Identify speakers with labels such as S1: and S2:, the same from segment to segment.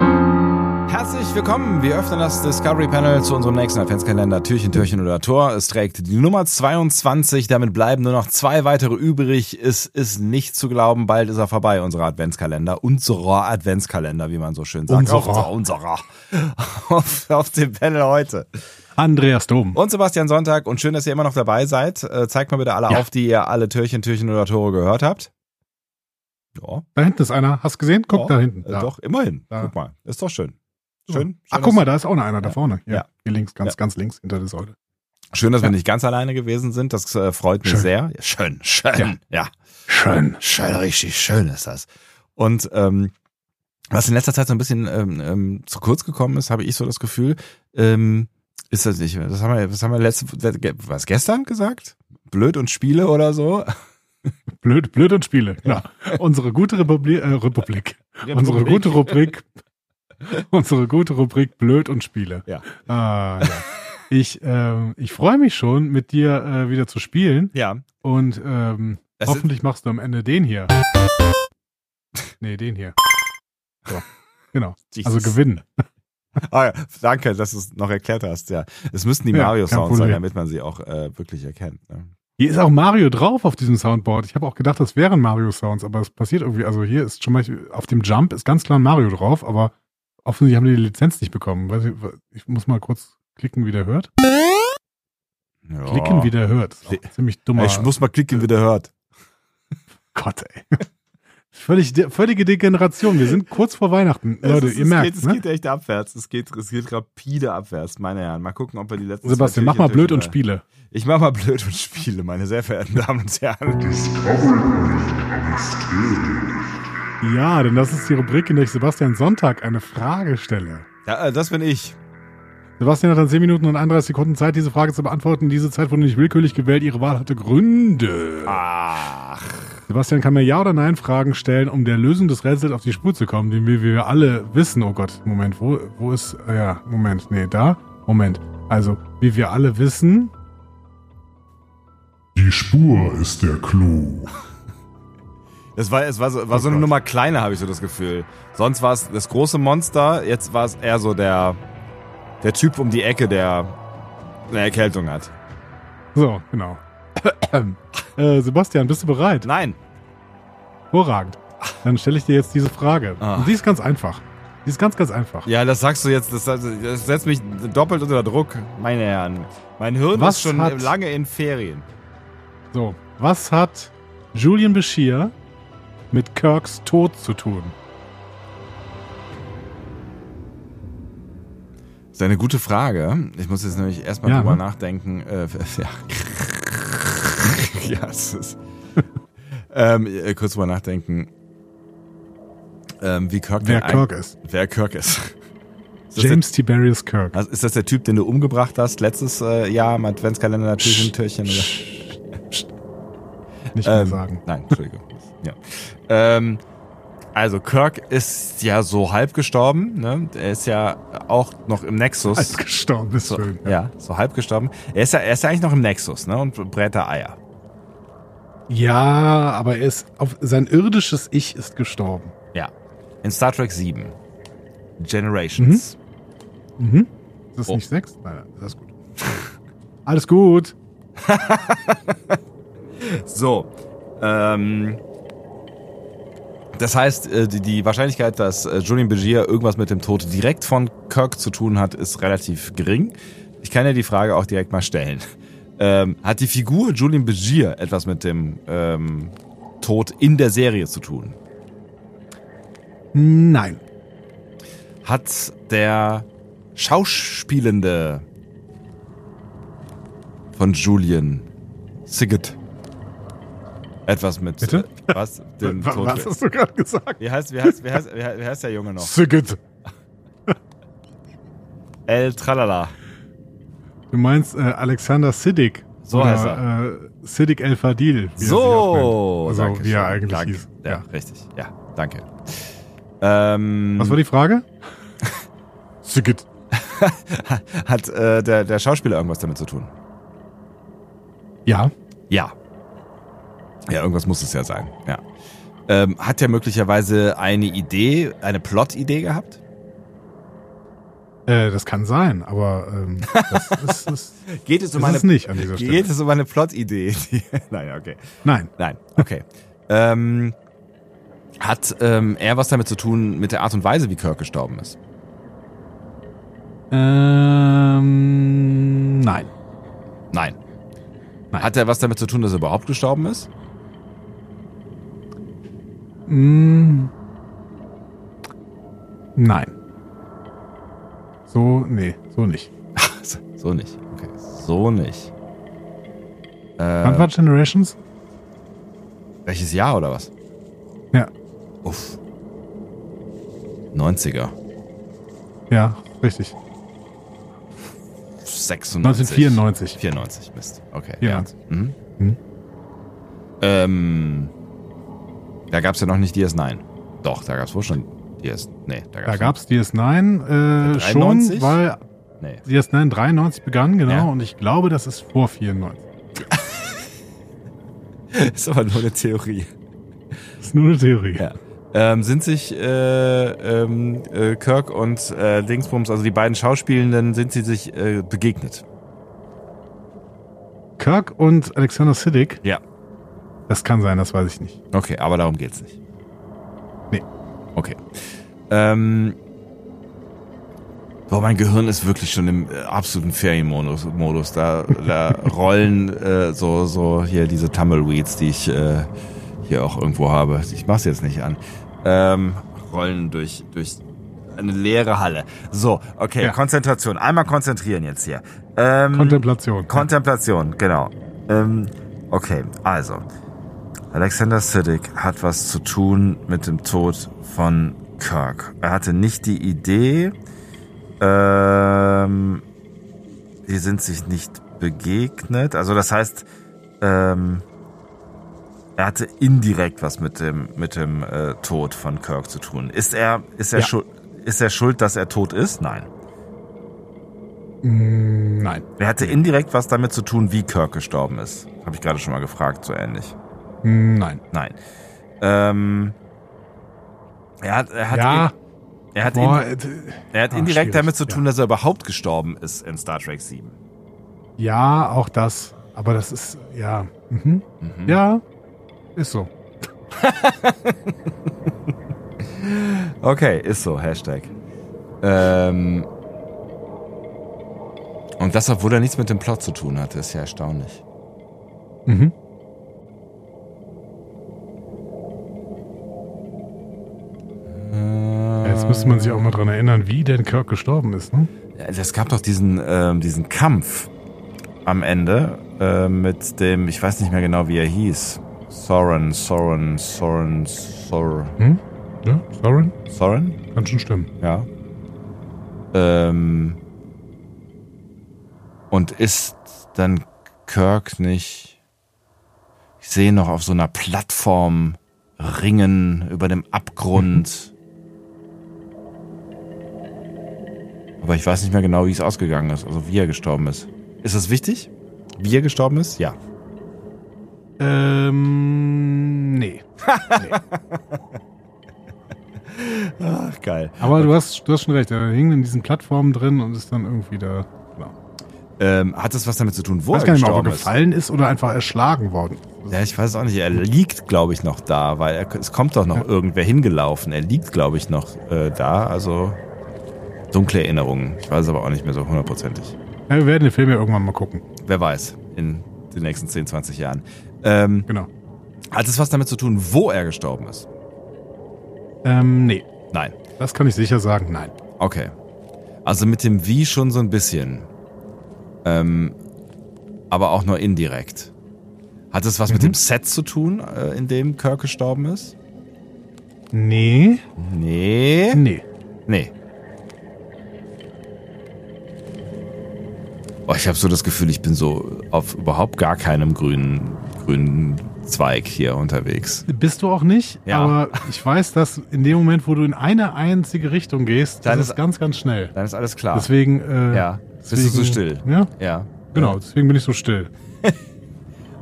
S1: Herzlich willkommen. Wir öffnen das Discovery Panel zu unserem nächsten Adventskalender. Türchen, Türchen oder Tor. Es trägt die Nummer 22. Damit bleiben nur noch zwei weitere übrig. Es ist nicht zu glauben. Bald ist er vorbei, unser Adventskalender. Unserer Adventskalender, wie man so schön sagt.
S2: Unserer.
S1: Auf- unserer. Auf, auf dem Panel heute.
S2: Andreas Dom.
S1: Und Sebastian Sonntag. Und schön, dass ihr immer noch dabei seid. Äh, zeigt mal bitte alle
S2: Ja.
S1: auf, die ihr alle Türchen, Türchen oder Tore gehört habt. Ja.
S2: Da hinten ist einer. Hast du gesehen? Guck
S1: ja.
S2: da hinten.
S1: Äh,
S2: Da.
S1: Doch, immerhin.
S2: Da.
S1: Guck mal. Ist doch schön. Schön.
S2: Ach,
S1: schön,
S2: guck
S1: dass-
S2: mal, da ist auch noch einer da vorne. Hier,
S1: Ja.
S2: hier links, ganz,
S1: Ja.
S2: ganz links hinter der Säule.
S1: Schön, dass wir
S2: Ja.
S1: nicht ganz alleine gewesen sind. Das äh, freut mich
S2: Schön.
S1: sehr. Schön, schön. Ja.
S2: Schön.
S1: schön, richtig schön ist das. Und ähm, was in letzter Zeit so ein bisschen ähm, ähm, zu kurz gekommen ist, habe ich so das Gefühl, ähm, ist das nicht, das haben wir, was haben wir letzte, was gestern gesagt? Blöd und Spiele oder so?
S2: Blöd, blöd und Spiele. Klar. Unsere gute Republi äh, Republik. Unsere gute Rubrik. unsere gute Rubrik Blöd und Spiele.
S1: Ja.
S2: Ah, ja. Ich, ähm, ich freue mich schon, mit dir äh, wieder zu spielen
S1: Ja.
S2: und ähm,
S1: Das ist,
S2: hoffentlich machst du am Ende den hier. Nee, den hier. So. Genau. Also
S1: Jesus.
S2: gewinnen.
S1: Ah, ja, danke, dass du es noch erklärt hast. Ja, es müssten die
S2: Ja, kein
S1: Mario-Sounds sein,
S2: Problem.
S1: damit man sie auch äh, wirklich erkennt. Ne?
S2: Hier ist auch Mario drauf auf diesem Soundboard. Ich habe auch gedacht, das wären Mario-Sounds, aber es passiert irgendwie. Also hier ist schon mal, auf dem Jump ist ganz klar ein Mario drauf, aber offensichtlich haben die die Lizenz nicht bekommen. Weiß ich, ich muss mal kurz klicken, wie der hört.
S1: Ja.
S2: Klicken, wie der hört. Ist auch ein ziemlich dummer.
S1: Oh. Ich muss mal klicken, wie der hört.
S2: Gott, ey. Völlig, de- völlige Degeneration. Wir sind kurz vor Weihnachten. Leute,
S1: es, ist-
S2: ihr
S1: es
S2: merkt,
S1: geht, es
S2: ne?
S1: geht echt abwärts. Es geht, es geht rapide abwärts, meine Herren. Mal gucken, ob wir die letzten.
S2: Sebastian,
S1: zwei
S2: mach mal
S1: Türchen
S2: blöd und
S1: durchmachen.
S2: spiele.
S1: Ich mach mal blöd und spiele, meine sehr verehrten Damen und Herren.
S2: Ja, denn das ist die Rubrik, in der ich Sebastian Sonntag eine Frage stelle.
S1: Ja, äh, das bin ich.
S2: Sebastian hat dann 10 Minuten und 31 Sekunden Zeit, diese Frage zu beantworten. Diese Zeit wurde nicht willkürlich gewählt. Ihre Wahl hatte Gründe.
S1: Ah. Ach.
S2: Sebastian kann mir Ja oder Nein Fragen stellen, um der Lösung des Rätsels auf die Spur zu kommen, den wir, wie wir alle wissen. Oh Gott, Moment, wo, wo ist, ah ja, Moment, nee, da, Moment. Also, wie wir alle wissen,
S3: Die Spur ist der Clou.
S1: Das war, es war so, war so eine
S2: Oh Gott.
S1: Nummer kleiner, habe ich so das Gefühl. Sonst war es das große Monster, jetzt war es eher so der, der Typ um die Ecke, der eine Erkältung hat.
S2: so, genau. äh, Sebastian, bist du bereit?
S1: Nein.
S2: Hervorragend. Dann stelle ich dir jetzt diese Frage.
S1: Ah.
S2: Und die ist ganz einfach. Die ist ganz, ganz einfach.
S1: Ja, das sagst du jetzt, das, das setzt mich doppelt unter Druck, meine Herren. Mein Hirn
S2: Was
S1: ist schon
S2: hat-
S1: lange in Ferien.
S2: So, was hat Julian Bashir mit Kirks Tod zu tun?
S1: Das ist eine gute Frage. Ich muss jetzt nämlich erstmal
S2: Ja,
S1: drüber
S2: ne?
S1: nachdenken. Äh, ja. ja, es ist. ähm, äh, kurz drüber nachdenken. Ähm, wie Kirk
S2: Wer
S1: denn
S2: Kirk ist.
S1: Ein, wer Kirk ist. Ist das, der,
S2: James Tiberius Kirk.
S1: also ist das der Typ, den du umgebracht hast letztes äh, Jahr im Adventskalender Türchen, Türchen? Oder?
S2: Nicht mehr
S1: Ähm,
S2: sagen.
S1: Nein, Entschuldigung. ja. ähm, also Kirk ist ja so halb gestorben. Ne? Er ist ja auch noch im Nexus.
S2: Als gestorben ist
S1: So,
S2: schön.
S1: ja. so halb gestorben. Er ist ja, er ist ja eigentlich noch im Nexus, ne? Und brät da Eier.
S2: Ja, aber er ist auf, sein irdisches Ich ist gestorben.
S1: Ja. In Star Trek 7. Generations.
S2: Ist das
S1: Oh.
S2: nicht sechs? Nein, nein, das ist gut. Alles gut.
S1: So. Ähm, das heißt, äh, die, die Wahrscheinlichkeit, dass äh, Julian Begier irgendwas mit dem Tod direkt von Kirk zu tun hat, ist relativ gering. Ich kann ja die Frage auch direkt mal stellen. Ähm, hat die Figur Julian Begier etwas mit dem ähm, Tod in der Serie zu tun?
S2: Nein.
S1: hat der Schauspielende von Julian Siget Etwas mit.
S2: Bitte?
S1: Äh, was? Den
S2: Wa-
S1: Tod.
S2: was hast du gerade gesagt?
S1: Wie heißt, wie, heißt, wie, heißt, wie heißt wie heißt der Junge noch?
S2: Sigurd.
S1: El Tralala.
S2: Du meinst äh, Alexander Siddig.
S1: So heißt
S2: er. Äh, Siddig El Fadil. wie er sich auch
S1: So,
S2: nennt. Also
S1: danke
S2: wie er
S1: schön.
S2: eigentlich
S1: danke.
S2: hieß.
S1: Ja,
S2: Ja.
S1: richtig. Ja, danke. Ähm,
S2: Was war die Frage? Sigurd.
S1: hat äh, der, der Schauspieler irgendwas damit zu tun?
S2: Ja.
S1: Ja. Ja, irgendwas muss es ja sein. Ja. Ähm, hat er möglicherweise eine Idee, eine Plot-Idee gehabt?
S2: Äh, das kann sein, aber ähm, das ist, ist,
S1: Geht es um
S2: ist es nicht an dieser Stelle.
S1: Geht es um eine Plot-Idee? Die- Nein, okay.
S2: Nein.
S1: Nein, okay. ähm, hat ähm, er was damit zu tun mit der Art und Weise, wie Kirk gestorben ist?
S2: Ähm, nein.
S1: Nein.
S2: Nein.
S1: Hat er was damit zu tun, dass er überhaupt gestorben ist?
S2: Mm, nein. So, nee, so nicht.
S1: So nicht. Okay. So nicht. Äh.
S2: Wann war Generations?
S1: Welches Jahr oder was?
S2: Ja,
S1: Uff. 90er.
S2: ja, richtig.
S1: 96.
S2: 1994.
S1: 94, Mist. Okay.
S2: Ja.
S1: Mhm.
S2: Mhm.
S1: Ähm, da gab es ja noch nicht DS9. Doch, da gab es wohl schon DS. Nee, da
S2: Da
S1: gab
S2: gab es DS9 äh, schon,
S1: 93?
S2: weil
S1: Nee.
S2: DS9 93 begann, genau,
S1: Ja.
S2: und ich glaube, das ist vor 94.
S1: ist aber nur eine Theorie.
S2: Das ist nur eine Theorie.
S1: Ja. Ähm, sind sich äh, ähm, äh, Kirk und äh, Dingsbums, also die beiden Schauspielenden, sind sie sich äh, begegnet?
S2: Kirk und Alexander Siddig,
S1: Ja.
S2: das kann sein, das weiß ich nicht.
S1: Okay, aber darum geht's nicht.
S2: Nee.
S1: Okay. Ähm, boah, mein Gehirn ist wirklich schon im äh, absoluten Ferienmodus. Modus. Da, da rollen äh, so, so hier diese Tumbleweeds, die ich äh, hier auch irgendwo habe. Ich mach's jetzt nicht an. Ähm, rollen durch, durch eine leere Halle. So, okay,
S2: Ja.
S1: Konzentration. Einmal konzentrieren jetzt hier. Ähm,
S2: Kontemplation.
S1: Kontemplation, genau. Ähm, okay, also. Alexander Siddig hat was zu tun mit dem Tod von Kirk. Er hatte nicht die Idee, ähm, die sind sich nicht begegnet. Also das heißt, ähm, er hatte indirekt was mit dem, mit dem äh, Tod von Kirk zu tun. Ist er, ist er,
S2: Ja.
S1: schuld, ist er schuld, dass er tot ist? Nein.
S2: Mm, nein.
S1: Er hatte indirekt was damit zu tun, wie Kirk gestorben ist. Habe ich gerade schon mal gefragt, so ähnlich.
S2: Mm, nein.
S1: Nein. Ähm, er hat, er hat,
S2: ja,
S1: in, er hat,
S2: boah,
S1: in,
S2: äh,
S1: er hat
S2: ah,
S1: indirekt
S2: schwierig,
S1: damit zu tun,
S2: ja.
S1: dass er überhaupt gestorben ist in Star Trek 7.
S2: ja, auch das. Aber das ist, ja. Mhm. Ja, ist so.
S1: Okay, ist so, Hashtag. Ähm, und das, obwohl er nichts mit dem Plot zu tun hatte, ist ja erstaunlich.
S2: Mhm. Ja, Jetzt müsste man sich auch mal dran erinnern, wie denn Kirk gestorben ist, ne?
S1: Also Es gab doch diesen, ähm, diesen Kampf am Ende äh, mit dem, ich weiß nicht mehr genau, wie er hieß. Soren, Soren, Soren, Soren.
S2: Hm? Ja, sorry,
S1: Soren?
S2: kann schon stimmen.
S1: Ja. Ähm, und ist dann Kirk nicht. Ich sehe ihn noch auf so einer Plattform ringen über dem Abgrund. Aber ich weiß nicht mehr genau, wie es ausgegangen ist, also wie er gestorben ist. Ist das wichtig? Wie er gestorben ist? Ja.
S2: Ähm, nee.
S1: Ach, geil.
S2: Aber du hast, du hast schon recht, er hing in diesen Plattformen drin und ist dann irgendwie da. Genau.
S1: Ähm, hat das was damit zu tun, wo
S2: Ich weiß
S1: er
S2: gar nicht mehr, ob
S1: gestorben
S2: er
S1: ist?
S2: gefallen ist oder einfach erschlagen worden.
S1: Ja, ich weiß es auch nicht. Er liegt, glaube ich, noch da, weil er, es kommt doch noch irgendwer hingelaufen. Er liegt, glaube ich, noch äh, da. Also dunkle Erinnerungen. Ich weiß es aber auch nicht mehr so hundertprozentig.
S2: Ja, wir werden den Film ja irgendwann mal gucken.
S1: Wer weiß, in den nächsten 10, 20 Jahren. Ähm,
S2: Genau.
S1: hat es was damit zu tun, wo er gestorben ist?
S2: Ähm, nee.
S1: Nein.
S2: Das kann ich sicher sagen, nein.
S1: Okay. Also mit dem Wie schon so ein bisschen. Ähm, aber auch nur indirekt. Hat es was mit dem Set zu tun, äh, in dem Kirk gestorben ist?
S2: Nee.
S1: Nee.
S2: Nee.
S1: Nee. Oh, ich habe so das Gefühl, ich bin so auf überhaupt gar keinem grünen, grünen Zweig hier unterwegs.
S2: Bist du auch nicht,
S1: Ja.
S2: aber ich weiß, dass in dem Moment, wo du in eine einzige Richtung gehst, das
S1: Dann
S2: ist
S1: ist-
S2: ganz, ganz schnell.
S1: Dann ist alles klar.
S2: Deswegen, äh,
S1: ja. Bist
S2: deswegen,
S1: du so still?
S2: Ja,
S1: Ja.
S2: genau, deswegen bin ich so still.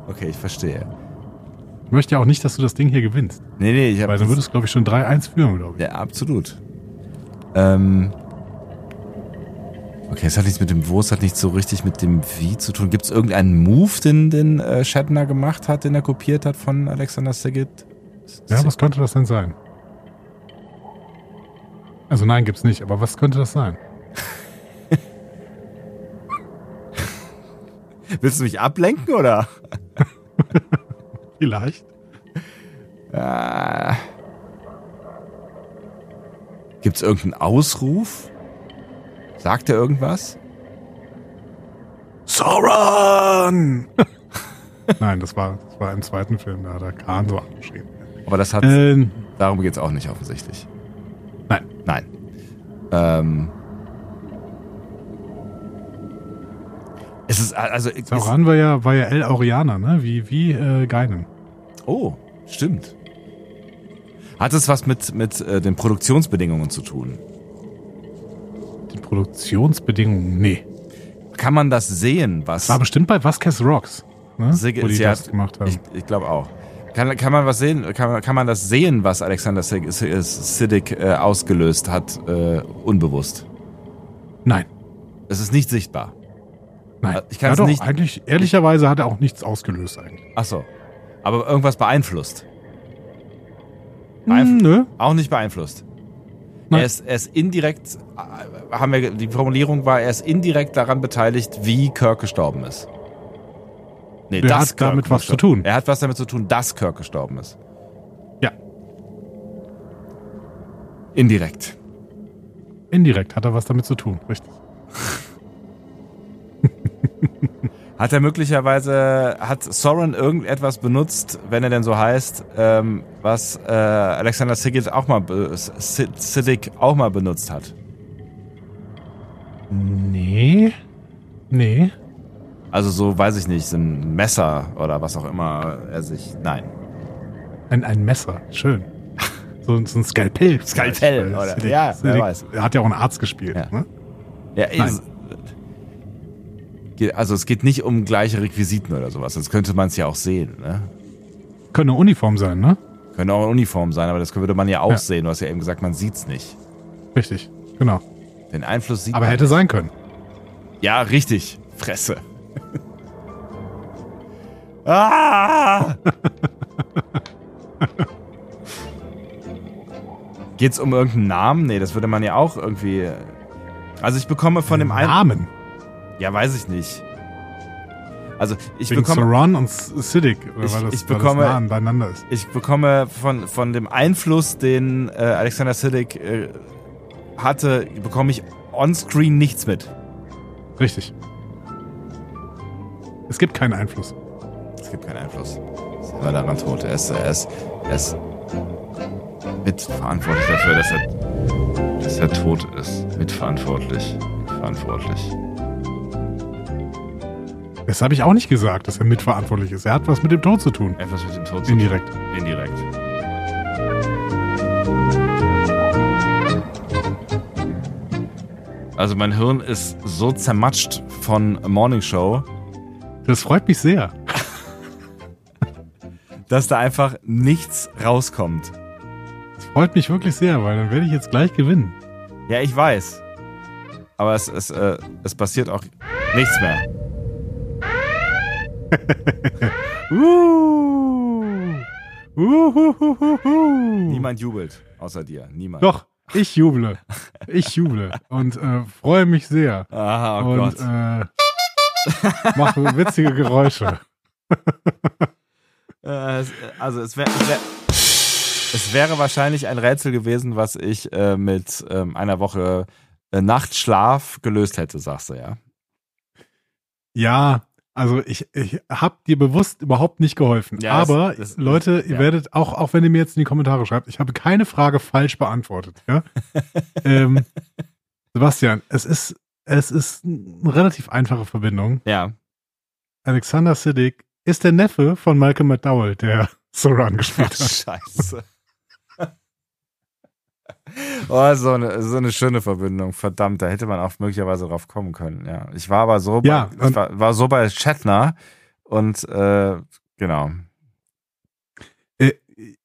S1: Okay, ich verstehe.
S2: Ich möchte ja auch nicht, dass du das Ding hier gewinnst.
S1: Nee, nee, ich habe
S2: Weil dann würdest du, glaube ich, schon 3-1 führen, glaube ich.
S1: Ja, absolut. Ähm. Okay, es hat nichts mit dem Wo, es hat nichts so richtig mit dem Wie zu tun. Gibt es irgendeinen Move, den, den äh, Shatner gemacht hat, den er kopiert hat von Alexander Sigit?
S2: Ja, was könnte das denn sein? Also nein, gibt's nicht, aber was könnte das sein?
S1: Willst du mich ablenken oder?
S2: Vielleicht.
S1: Äh. Gibt es irgendeinen Ausruf? Sagt er irgendwas? Sauron!
S2: Nein, das war, das war im zweiten Film, da hat er Kahn so angeschrieben.
S1: Aber das hat.
S2: Ähm,
S1: Darum geht's auch nicht offensichtlich.
S2: nein,
S1: Nein. Ähm. Es ist also es-
S2: Sauron war ja, war ja El Aureaner, ne? Wie, wie äh, Geinen.
S1: Oh, stimmt. Hat es was mit mit äh, den Produktionsbedingungen zu tun?
S2: Die Produktionsbedingungen, nee.
S1: Kann man das sehen, was
S2: War bestimmt bei Vasquez Rocks, ne?
S1: Sig-
S2: wo die
S1: sie
S2: das
S1: hat-
S2: gemacht haben.
S1: Ich, ich glaube auch. Kann, kann man was sehen? Kann, man- kann man das sehen, was Alexander Sig- Sig- Siddig äh, ausgelöst hat, äh, unbewusst?
S2: nein,
S1: Es ist nicht sichtbar.
S2: nein.
S1: Äh, ich kann's
S2: ja, doch,
S1: nicht-
S2: eigentlich, ehrlicherweise hat er auch nichts ausgelöst eigentlich.
S1: Ach so. Aber irgendwas beeinflusst.
S2: Hm,
S1: Beeinflu-
S2: nö,
S1: Auch nicht beeinflusst.
S2: Nein.
S1: Er ist, er ist indirekt, äh, haben wir, ge- die Formulierung war, er ist indirekt daran beteiligt, wie Kirk gestorben ist. Nee,
S2: Der
S1: dass
S2: hat damit
S1: gestorben-
S2: was zu tun.
S1: Er hat was damit zu tun, dass Kirk gestorben ist.
S2: Ja.
S1: Indirekt.
S2: indirekt hat er was damit zu tun, richtig.
S1: Hat er möglicherweise, hat Soren irgendetwas benutzt, wenn er denn so heißt, ähm, was äh, Alexander Siddig auch mal, be- Sid- Siddig auch mal benutzt hat?
S2: Nee, nee.
S1: Also so, weiß ich nicht, so ein Messer oder was auch immer er sich. Nein.
S2: Ein, ein Messer, schön. So, ein- so ein Skalpell.
S1: Skalpell, oder? Ja, wer weiß.
S2: Er hat ja auch einen Arzt gespielt.
S1: Ja.
S2: Ne?
S1: Ja, es- Ge- also es geht nicht um gleiche Requisiten oder sowas, sonst könnte man es ja auch sehen. Ne?
S2: Könnte eine Uniform sein, ne?
S1: Könnte auch eine Uniform sein, aber das würde man ja auch
S2: Ja.
S1: sehen. Du hast ja eben gesagt, man sieht's nicht.
S2: Richtig, genau.
S1: Den Einfluss sieht
S2: Aber
S1: man.
S2: hätte sein können.
S1: Ja, richtig. Fresse. ah! Geht's um irgendeinen Namen? Nee, das würde man ja auch irgendwie. Also ich bekomme von dem einen.
S2: Namen.
S1: Ja, weiß ich nicht. Also ich
S2: Wegen
S1: bekomme.
S2: Sauron und Siddiq. Oder
S1: Ich-
S2: weil das,
S1: ich
S2: weil
S1: bekomme-
S2: das Namen beieinander ist.
S1: Ich bekomme von, von dem Einfluss, den äh, Alexander Siddig äh, hatte, bekomme ich onscreen nichts mit.
S2: Richtig. Es gibt keinen Einfluss.
S1: Es gibt keinen Einfluss. Es war daran tot. Er ist, er ist, er ist mitverantwortlich dafür, dass er, dass er tot ist. Mitverantwortlich. Mitverantwortlich.
S2: Das habe ich auch nicht gesagt, dass er mitverantwortlich ist. Er hat was mit dem Tod zu tun.
S1: Etwas mit dem Tod zu
S2: Indirekt.
S1: tun. Indirekt. Also mein Hirn ist so zermatscht von Morning Show,
S2: Das freut mich sehr.
S1: dass da einfach nichts rauskommt.
S2: Das freut mich wirklich sehr, weil dann werde ich jetzt gleich gewinnen.
S1: Ja, ich weiß. Aber es, es, äh, es passiert auch nichts mehr.
S2: Uh. Uhuhuhuhu.
S1: Niemand jubelt, außer dir. Niemand.
S2: Hm. Doch, ich juble. Ich juble und äh, freue mich sehr.
S1: Ah, oh
S2: und
S1: Gott.
S2: Äh, mache witzige Geräusche.
S1: Äh, es- äh, also es wäre es, wär, es wäre wahrscheinlich ein Rätsel gewesen, was ich äh, mit ähm, einer Woche äh, Nachtschlaf gelöst hätte, sagst du, ja.
S2: Ja, Also ich, ich habe dir bewusst überhaupt nicht geholfen.
S1: Ja, das-
S2: aber
S1: das-
S2: Leute, ihr
S1: ja.
S2: werdet auch, auch wenn ihr mir jetzt in die Kommentare schreibt, ich habe keine Frage falsch beantwortet. Ja? ähm, Sebastian, es ist, es ist eine relativ einfache Verbindung.
S1: Ja.
S2: Alexander Siddig ist der Neffe von Malcolm McDowell, der Soran gespielt hat.
S1: Scheiße. Oh, so eine, so eine schöne Verbindung. Verdammt, da hätte man auch möglicherweise drauf kommen können. Ja, ich war aber so bei,
S2: Ja,
S1: ich war, war so bei Shatner und äh, genau.
S2: Äh,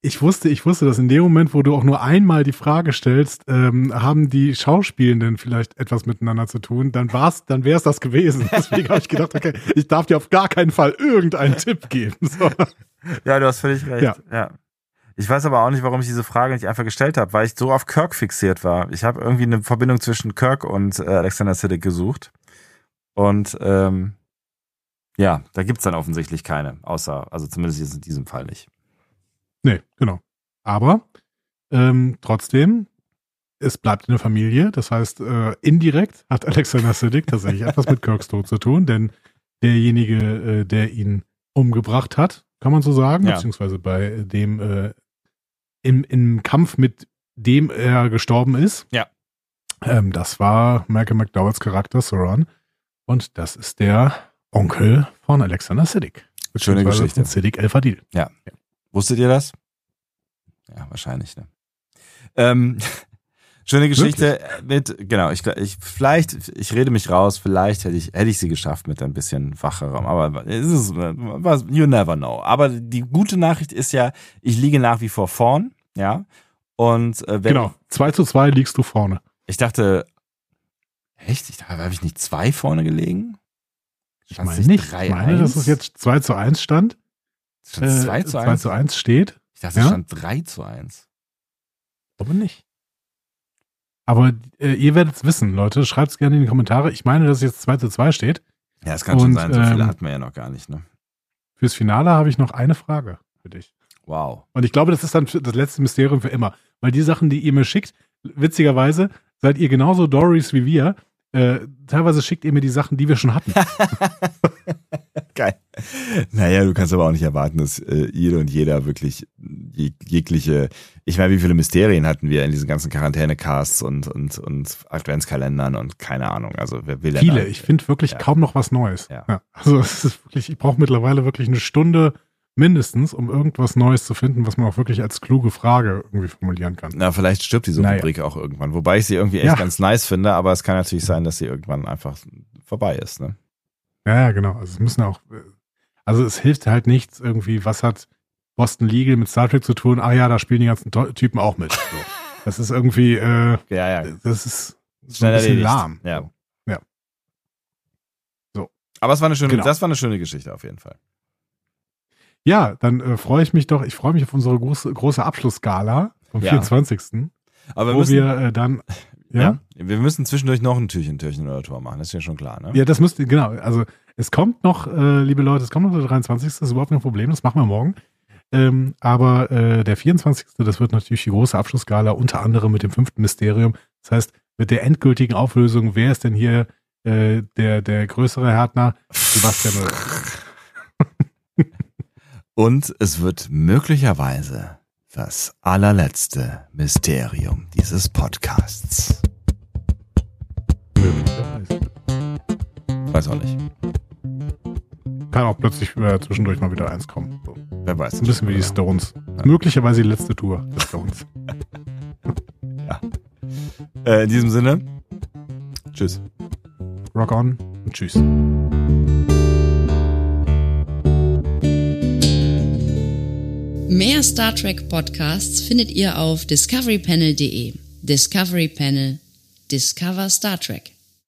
S2: Ich wusste, ich wusste, dass in dem Moment, wo du auch nur einmal die Frage stellst, ähm, haben die Schauspielenden vielleicht etwas miteinander zu tun, dann war's, dann wäre es das gewesen. Deswegen habe ich gedacht, okay, ich darf dir auf gar keinen Fall irgendeinen Tipp geben. So.
S1: Ja, du hast völlig recht. Ja.
S2: Ja.
S1: Ich weiß aber auch nicht, warum ich diese Frage nicht einfach gestellt habe, weil ich so auf Kirk fixiert war. Ich habe irgendwie eine Verbindung zwischen Kirk und äh, Alexander Siddig gesucht. Und ähm, ja, da gibt's dann offensichtlich keine, außer, also zumindest jetzt in diesem Fall nicht.
S2: Nee, genau. Aber ähm, trotzdem, es bleibt in der Familie. Das heißt, äh, indirekt hat Alexander Siddig tatsächlich etwas mit Kirks Tod zu tun, denn derjenige, äh, der ihn umgebracht hat, kann man so sagen,
S1: Ja.
S2: beziehungsweise bei dem äh, im, im Kampf mit dem er gestorben ist.
S1: Ja.
S2: Ähm, das war Malcolm McDowells Charakter, Sauron. Und das ist der Onkel von Alexander Siddig.
S1: Schöne
S2: beziehungsweise
S1: Geschichte.
S2: von Siddig El-Fadil.
S1: Wusstet ihr das? Ja, wahrscheinlich, ne? Ähm, schöne Geschichte mit, genau, ich, ich, vielleicht, ich rede mich raus, vielleicht hätte ich, hätte ich sie geschafft mit ein bisschen wacherem, aber es ist, was, you never know. Aber die gute Nachricht ist ja, ich liege nach wie vor vorn, ja, und äh, wenn,
S2: Genau. 2 zu 2 liegst du vorne.
S1: ich dachte, echt, ich dachte, habe ich nicht zwei vorne gelegen?
S2: Ich
S1: Stand es
S2: meine nicht.
S1: drei,
S2: ich meine, dass es
S1: eins?
S2: jetzt 2 zu 1 stand.
S1: Stand es zwei zu
S2: 2
S1: eins?
S2: Äh, zu 1 steht.
S1: Ich dachte, es
S2: Ja.
S1: stand drei zu eins.
S2: Aber nicht. Aber äh, ihr werdet es wissen, Leute. Schreibt es gerne in die Kommentare. Ich meine, dass es jetzt 2 zu 2 steht.
S1: Ja, es kann schon
S2: Und,
S1: sein, so viele
S2: ähm,
S1: hatten wir ja noch gar nicht, ne?
S2: Fürs Finale habe ich noch eine Frage für dich.
S1: Wow.
S2: Und ich glaube, das ist dann für- das letzte Mysterium für immer. Weil die Sachen, die ihr mir schickt, witzigerweise seid ihr genauso Doris wie wir. Äh, teilweise schickt ihr mir die Sachen, die wir schon hatten.
S1: Geil. Naja, du kannst aber auch nicht erwarten, dass äh, jede und jeder wirklich jeg jegliche, ich meine, wie viele Mysterien hatten wir in diesen ganzen Quarantäne-Casts und, und, und Adventskalendern und keine Ahnung. Also wer will denn
S2: Viele.
S1: da-
S2: Ich finde wirklich
S1: Ja.
S2: kaum noch was Neues.
S1: Ja.
S2: Also es ist wirklich, ich brauche mittlerweile wirklich eine Stunde mindestens, um irgendwas Neues zu finden, was man auch wirklich als kluge Frage irgendwie formulieren kann.
S1: Na, vielleicht stirbt diese
S2: Naja.
S1: Rubrik auch irgendwann. Wobei ich sie irgendwie echt
S2: Ja.
S1: ganz nice finde, aber es kann natürlich sein, dass sie irgendwann einfach vorbei ist. Ne?
S2: Ja, ja, genau. Also es müssen auch, äh, also es hilft halt nichts irgendwie, was hat Boston Legal mit Star Trek zu tun? Ah ja, da spielen die ganzen To- Typen auch mit. So. Das ist irgendwie, äh,
S1: Ja, ja.
S2: das ist so
S1: Schnell
S2: ein bisschen
S1: erledigt.
S2: lahm.
S1: Ja.
S2: Ja. So.
S1: Aber es war eine schöne,
S2: Genau.
S1: das war eine schöne Geschichte auf jeden Fall.
S2: Ja, dann äh, freue ich mich doch, ich freue mich auf unsere große, große Abschlussgala vom
S1: Ja.
S2: 24.,
S1: Aber wir
S2: wo
S1: müssen,
S2: wir äh, dann, ja?
S1: wir müssen zwischendurch noch ein Türchen, Türchen oder Tor machen. Das ist ja schon klar, ne?
S2: Ja, das müsst ihr, genau. Also es kommt noch, äh, liebe Leute, es kommt noch der 23. Das ist überhaupt kein Problem, das machen wir morgen. Ähm, aber äh, der 24. das wird natürlich die große Abschlussgala, unter anderem mit dem fünften Mysterium. Das heißt, mit der endgültigen Auflösung, wer ist denn hier äh, der, der größere Härtner? Sebastian oder
S1: Und es wird möglicherweise das allerletzte Mysterium dieses Podcasts.
S2: ne?
S1: Weiß auch nicht.
S2: Kann auch plötzlich äh, zwischendurch mal wieder eins kommen. So.
S1: Wer weiß.
S2: So ein bisschen wie die Stones. Möglicherweise die letzte Tour der Stones.
S1: äh, In diesem Sinne, tschüss.
S2: Rock on und tschüss.
S4: Mehr Star Trek Podcasts findet ihr auf discoverypanel.de. Discovery Panel. Discover Star Trek.